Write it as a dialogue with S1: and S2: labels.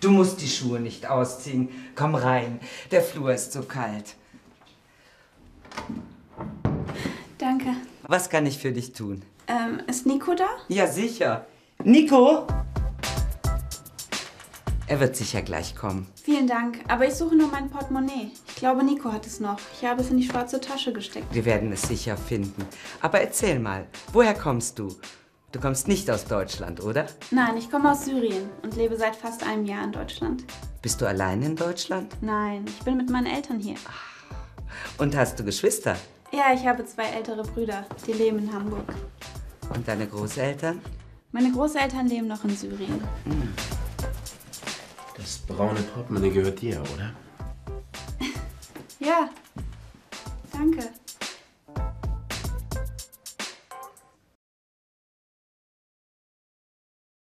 S1: Du musst die Schuhe nicht ausziehen. Komm rein. Der Flur ist so kalt.
S2: Danke.
S1: Was kann ich für dich tun?
S2: Ähm, ist Nico da?
S1: Ja, sicher. Nico? Er wird sicher gleich kommen.
S2: Vielen Dank, aber ich suche nur mein Portemonnaie. Ich glaube, Nico hat es noch. Ich habe es in die schwarze Tasche gesteckt.
S1: Wir werden es sicher finden. Aber erzähl mal, woher kommst du? Du kommst nicht aus Deutschland, oder?
S2: Nein, ich komme aus Syrien und lebe seit fast einem Jahr in Deutschland.
S1: Bist du allein in Deutschland?
S2: Nein, ich bin mit meinen Eltern hier.
S1: Und hast du Geschwister?
S2: Ja, ich habe zwei ältere Brüder, die leben in Hamburg.
S1: Und deine Großeltern?
S2: Meine Großeltern leben noch in Syrien.
S3: Das braune Portemonnaie gehört dir, oder?
S2: Ja, danke.